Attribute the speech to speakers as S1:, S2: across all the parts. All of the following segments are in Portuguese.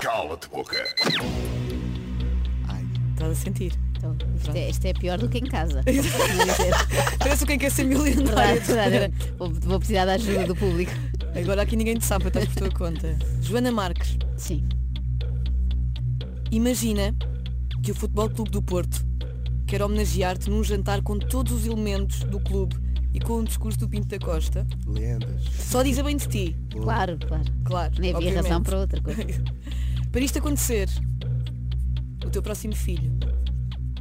S1: Cala-te, boca.
S2: Ai, estás a sentir.
S3: Então, isto, é, isto é pior do que em casa.
S2: Parece o quem quer é ser milionário.
S3: Verdade, verdade. Vou, vou precisar da ajuda do público.
S2: Agora aqui ninguém te sabe, estás por tua conta. Joana Marques,
S3: Sim.
S2: imagina que o Futebol Clube do Porto quer homenagear-te num jantar com todos os elementos do clube e com um discurso do Pinto da Costa.
S4: Lendas.
S2: Só diz a bem de ti,
S3: Claro, claro.
S2: claro.
S3: Nem havia
S2: obviamente.
S3: razão para outra coisa.
S2: Para isto acontecer, o teu próximo filho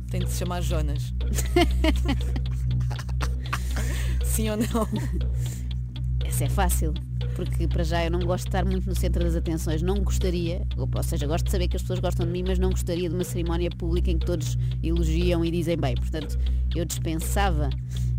S2: tem de se chamar Jonas. Sim ou não?
S3: Essa é fácil. Porque para já eu não gosto de estar muito no centro das atenções. Não gostaria, ou, ou seja, gosto de saber que as pessoas gostam de mim, mas não gostaria de uma cerimónia pública em que todos elogiam e dizem bem. Portanto, eu dispensava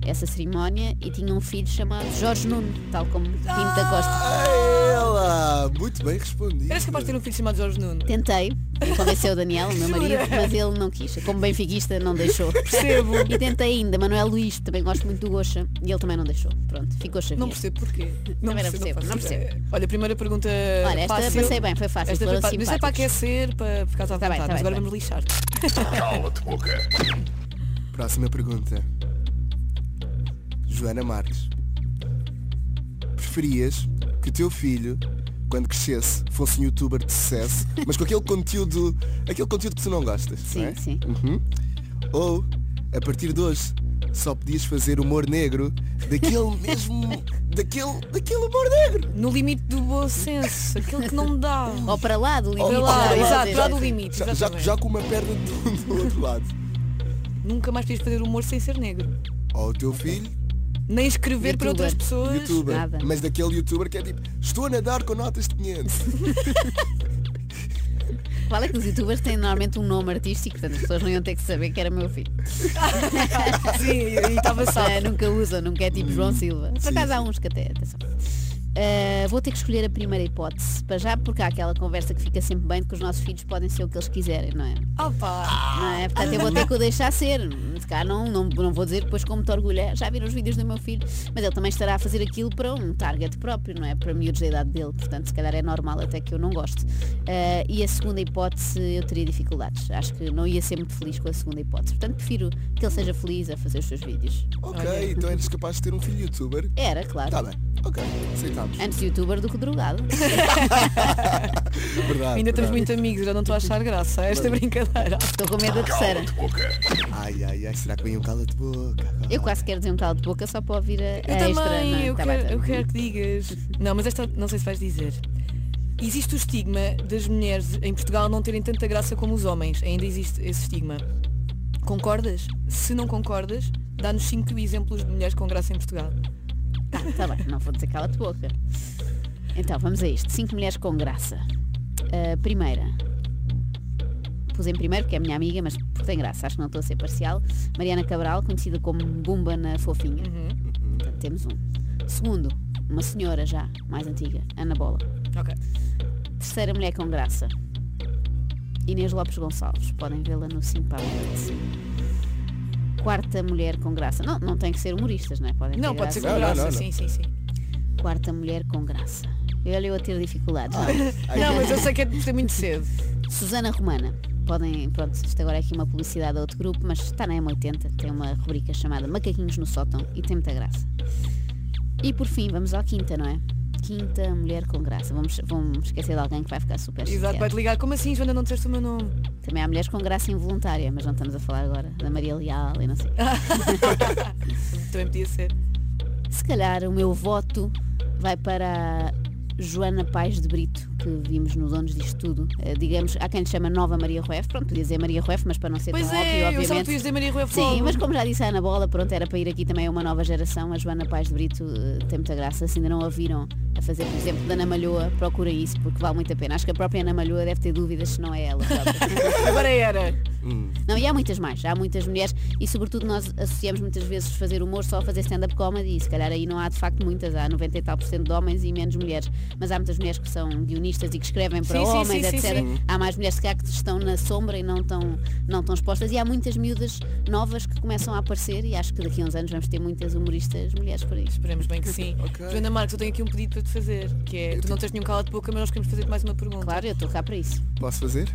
S3: essa cerimónia e tinha um filho chamado Jorge Nuno, tal como Pinto da Costa.
S4: Ah, ela! Muito bem respondido.
S2: Eras capaz de ter um filho chamado Jorge Nuno.
S3: Tentei convencer o Daniel, o meu marido, mas ele não quis. Como benfiquista, não deixou.
S2: Percebo.
S3: E tentei ainda Manuel Luís, também gosto muito do Gocha, e ele também não deixou. Pronto, ficou Xavier.
S2: Não percebo porquê. Não
S3: Também não percebo,
S2: faço
S3: não percebo.
S2: ideia. Olha, a primeira pergunta.
S3: Olha, esta
S2: fácil.
S3: passei bem, foi fácil,
S2: Esta
S3: foram
S2: foi fácil. Mas é para
S3: simpáticos.
S2: aquecer, para ficar à vontade.
S3: bem, tá
S2: mas
S3: bem,
S2: agora
S3: tá bem.
S2: vamos lixar.
S1: Cala-te, boca.
S2: um-
S4: Próxima pergunta. Joana Marques. Preferias que o teu filho, quando crescesse, fosse um youtuber de sucesso, mas com aquele conteúdo, aquele conteúdo que tu não gostas,
S3: Sim,
S4: não é?
S3: sim.
S4: Uhum. Ou, a partir de hoje, só podias fazer humor negro daquele mesmo, daquele, daquele humor negro.
S2: No limite do bom senso, aquele que não me dá.
S3: Ou para lá do limite.
S2: Para lá,
S3: talvez,
S2: exato,
S3: talvez,
S2: já do
S3: assim.
S2: limite.
S4: Já, já,
S2: exatamente.
S4: já com uma perna do, do outro lado.
S2: Nunca mais podias fazer humor sem ser negro.
S4: Ou o teu filho,
S2: Nem escrever para
S3: Youtuber.
S2: outras pessoas.
S4: youtuber.
S3: nada.
S4: Mas daquele youtuber que é tipo, estou a nadar com notas de 500.
S3: Qual é que os youtubers têm normalmente um nome artístico, portanto as pessoas não iam ter que saber que era meu filho.
S2: Sim, e tá, estava só.
S3: Ah, nunca usam, nunca é tipo João Silva. Por
S4: sim,
S3: acaso há
S4: sim.
S3: uns que até. atenção. Ah, vou ter que escolher a primeira hipótese, para já porque há aquela conversa que fica sempre bem de que os nossos filhos podem ser o que eles quiserem, não é?
S2: Ah pá.
S3: Não é? Portanto, eu vou ter que o deixar ser. Se calhar não, não, não vou dizer depois como te orgulha. "Ah, Já viram os vídeos do meu filho, mas ele também estará a fazer aquilo para um target próprio, não é? Para miúdos da idade dele. Portanto, se calhar é normal até que eu não goste. Ah, e a segunda hipótese, eu teria dificuldades. Acho que não ia ser muito feliz com a segunda hipótese. Portanto, prefiro que ele seja feliz a fazer os seus vídeos.
S4: Ok,
S2: Olha.
S4: então eres capaz de ter um filho youtuber?
S3: Era, claro.
S4: Tá bem, ok, aceitamos.
S3: Antes youtuber do que drogado.
S4: É Verdade.
S2: Ainda tens
S4: verdade.
S2: muito amigos, já não estou a achar graça a esta brincadeira.
S3: Estou com medo da terceira.
S1: Cala-te, boca.
S4: Ai, ai, ai, será que vem um cala-te boca? agora?
S3: Eu quase quero dizer um calo de boca só para ouvir
S2: Eu
S3: a, a
S2: também,
S3: extra. não é?
S2: eu,
S3: Tá bem,
S2: quero,
S3: tá
S2: eu
S3: bem.
S2: quero que digas. Não, mas esta não sei se vais dizer. Existe o estigma das mulheres em Portugal não terem tanta graça como os homens. Ainda existe esse estigma. Concordas? Se não concordas, dá-nos cinco exemplos de mulheres com graça em Portugal.
S3: Tá bem, não vou dizer cala-te
S2: Tá
S3: boca. Então, vamos a isto. Cinco mulheres com graça. A primeira. Pus em primeiro, porque é a minha amiga, mas porque tem graça, acho que não estou a ser parcial. Mariana Cabral, conhecida como Bumba na Fofinha. Portanto, temos um. Segundo, uma senhora já, mais antiga, Ana Bola.
S2: Ok.
S3: Terceira mulher com graça. Inês Lopes Gonçalves. Podem vê-la no Simpamente. Quarta mulher com graça. Não, não tem que ser humoristas, não é? Podem
S2: Não,
S3: ter
S2: pode ser
S3: graça.
S2: com
S4: Não, não,
S2: graça,
S4: não, não.
S2: sim, sim, sim.
S3: Quarta mulher com graça. Olha eu a ter dificuldades.
S4: Ai,
S2: Não, mas eu sei que é de ser muito cedo.
S3: Susana Romana. Podem, pronto, isto agora é aqui uma publicidade a outro grupo, mas está na M80, tem uma rubrica chamada Macaquinhos no Sótão e tem muita graça. E por fim, vamos à quinta, não é? Quinta mulher com graça. Vamos, vamos esquecer de alguém que é. vai ficar super
S2: Exato,
S3: chateado.
S2: vai-te ligar. Como assim, Joana, não disseste o meu nome?
S3: Também há mulheres com graça involuntária, mas não estamos a falar agora da Maria Leal e não sei.
S2: Também podia ser.
S3: Se calhar o meu voto vai para a Joana Paz de Brito, que vimos nos donos disto tudo. Eh, digamos, há quem lhe chama Nova Maria Rueff, pronto, podia dizer Maria Rueff, mas para não ser
S2: Pois
S3: tão
S2: é,
S3: óbvio,
S2: eu só
S3: obviamente.
S2: tu ias dizer Maria Rui
S3: Sim, mas como já disse a Ana Bola, pronto, era para ir aqui também a uma nova geração. A Joana Paz de Brito eh, tem muita graça. Se ainda não a viram a fazer, por exemplo, da Ana Malhoa, procura isso, porque vale muito a pena. Acho que a própria Ana Malhoa deve ter dúvidas se não é ela própria.
S2: Agora era.
S4: Hum,
S3: não, e há muitas mais, há muitas mulheres e, sobretudo, nós associamos muitas vezes fazer humor só a fazer stand-up comedy. E se calhar aí não há de facto muitas, há 90 e tal por cento de homens e menos mulheres. Mas há muitas mulheres que são guionistas feministas e que escrevem para
S2: Sim, sim,
S3: homens,
S2: sim, sim,
S3: etc.
S2: sim.
S3: Há mais mulheres se calhar, que estão na sombra e não estão, não estão expostas e há muitas miúdas novas que começam a aparecer e acho que daqui a uns anos vamos ter muitas humoristas mulheres por isso.
S2: Esperemos bem que sim.
S4: Ok.
S2: Joana Marques, eu tenho aqui um pedido para te fazer, que é, tu não tens nenhum cala de boca, mas nós queremos fazer-te mais uma pergunta.
S3: Claro, eu estou cá para isso.
S4: Posso fazer?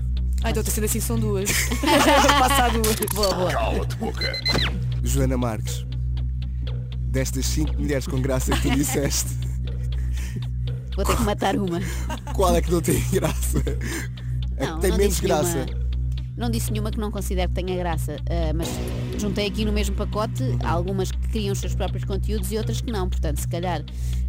S2: Ah, então sendo assim são duas. Passar duas.
S3: Boa, boa.
S1: Cala-te boca.
S4: Joana Marques, destas cinco mulheres com graça que tu disseste,
S3: Vou ter que matar uma.
S4: qual é que não tem graça? A É que tem menos
S3: disse
S4: graça.
S3: nenhuma- não disse nenhuma que não considero que tenha graça, ah, mas juntei aqui no mesmo pacote algumas que criam os seus próprios conteúdos e outras que não. Portanto, se calhar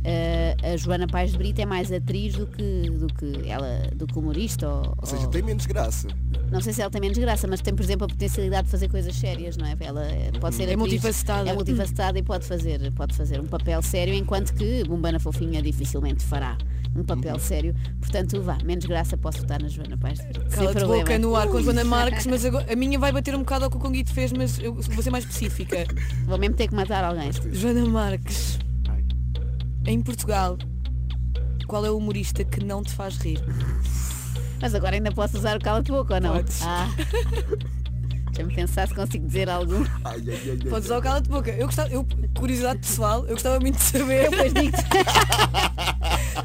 S3: ah, a Joana Paz de Brito é mais atriz do que, do que ela, do que humorista. Ou,
S4: Ou seja,
S3: ou-
S4: tem menos graça.
S3: Não sei se ela tem menos graça, mas tem, por exemplo, a potencialidade de fazer coisas sérias, não é? Ela eh, pode ser
S2: É
S3: atriz,
S2: multifacetada.
S3: É multifacetada e pode fazer, pode fazer um papel sério, enquanto que Bombana Fofinha dificilmente fará um papel
S2: Uhum.
S3: sério. Portanto, vá, menos graça posso votar na Joana Paz. de Brito, Sem
S2: Cala-te
S3: problema.
S2: boca é no ar com a Joana Marques, mas agora- a minha vai bater um bocado ao que o Conguito fez, mas eu vou ser mais específica.
S3: Vou mesmo ter que matar alguém.
S2: Joana Marques, em Portugal, qual é o humorista que não te faz rir?
S3: Mas agora ainda posso usar o cala-te boca ou não?
S2: Podes.
S3: Ah. Deixa-me pensar se consigo dizer algum.
S4: Ai, ai, ai, ai.
S2: Podes usar o cala de boca. Eu gostava, eu, curiosidade pessoal, eu gostava muito de saber.
S3: Depois digo-te.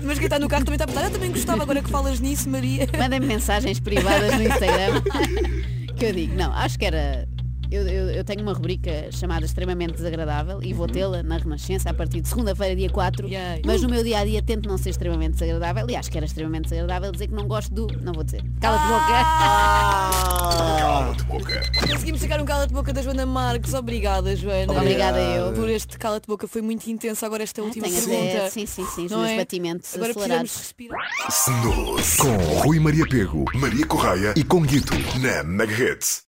S2: Mas quem está no carro também está a perguntar. Eu também gostava agora que falas nisso, Maria.
S3: Mandem-me mensagens privadas no Instagram que eu digo, não, acho que era. Eu, eu- eu tenho uma rubrica chamada Extremamente Desagradável e vou tê-la na Renascença a partir de segunda-feira, dia 4.
S2: Uhum. Yay.
S3: Mas no meu dia a dia tento não ser extremamente desagradável e acho que era extremamente desagradável dizer que não gosto do. Não vou dizer. Cala-te boca.
S2: Ah!
S4: Ah!
S1: Cala-te boca.
S2: Conseguimos chegar um cala de boca da Joana Marques. Obrigada, Joana.
S3: Obrigada eu.
S2: Por este cala de boca foi muito intenso. Agora esta última
S3: tenho
S2: pergunta.
S3: até- sim, sim, sim, os
S2: Não é?
S3: meus batimentos
S2: Agora
S3: acelerados.
S2: precisamos respirar.
S1: Snooze. Com Rui Maria Pego, Maria Correia e Conguito. Na Megahits.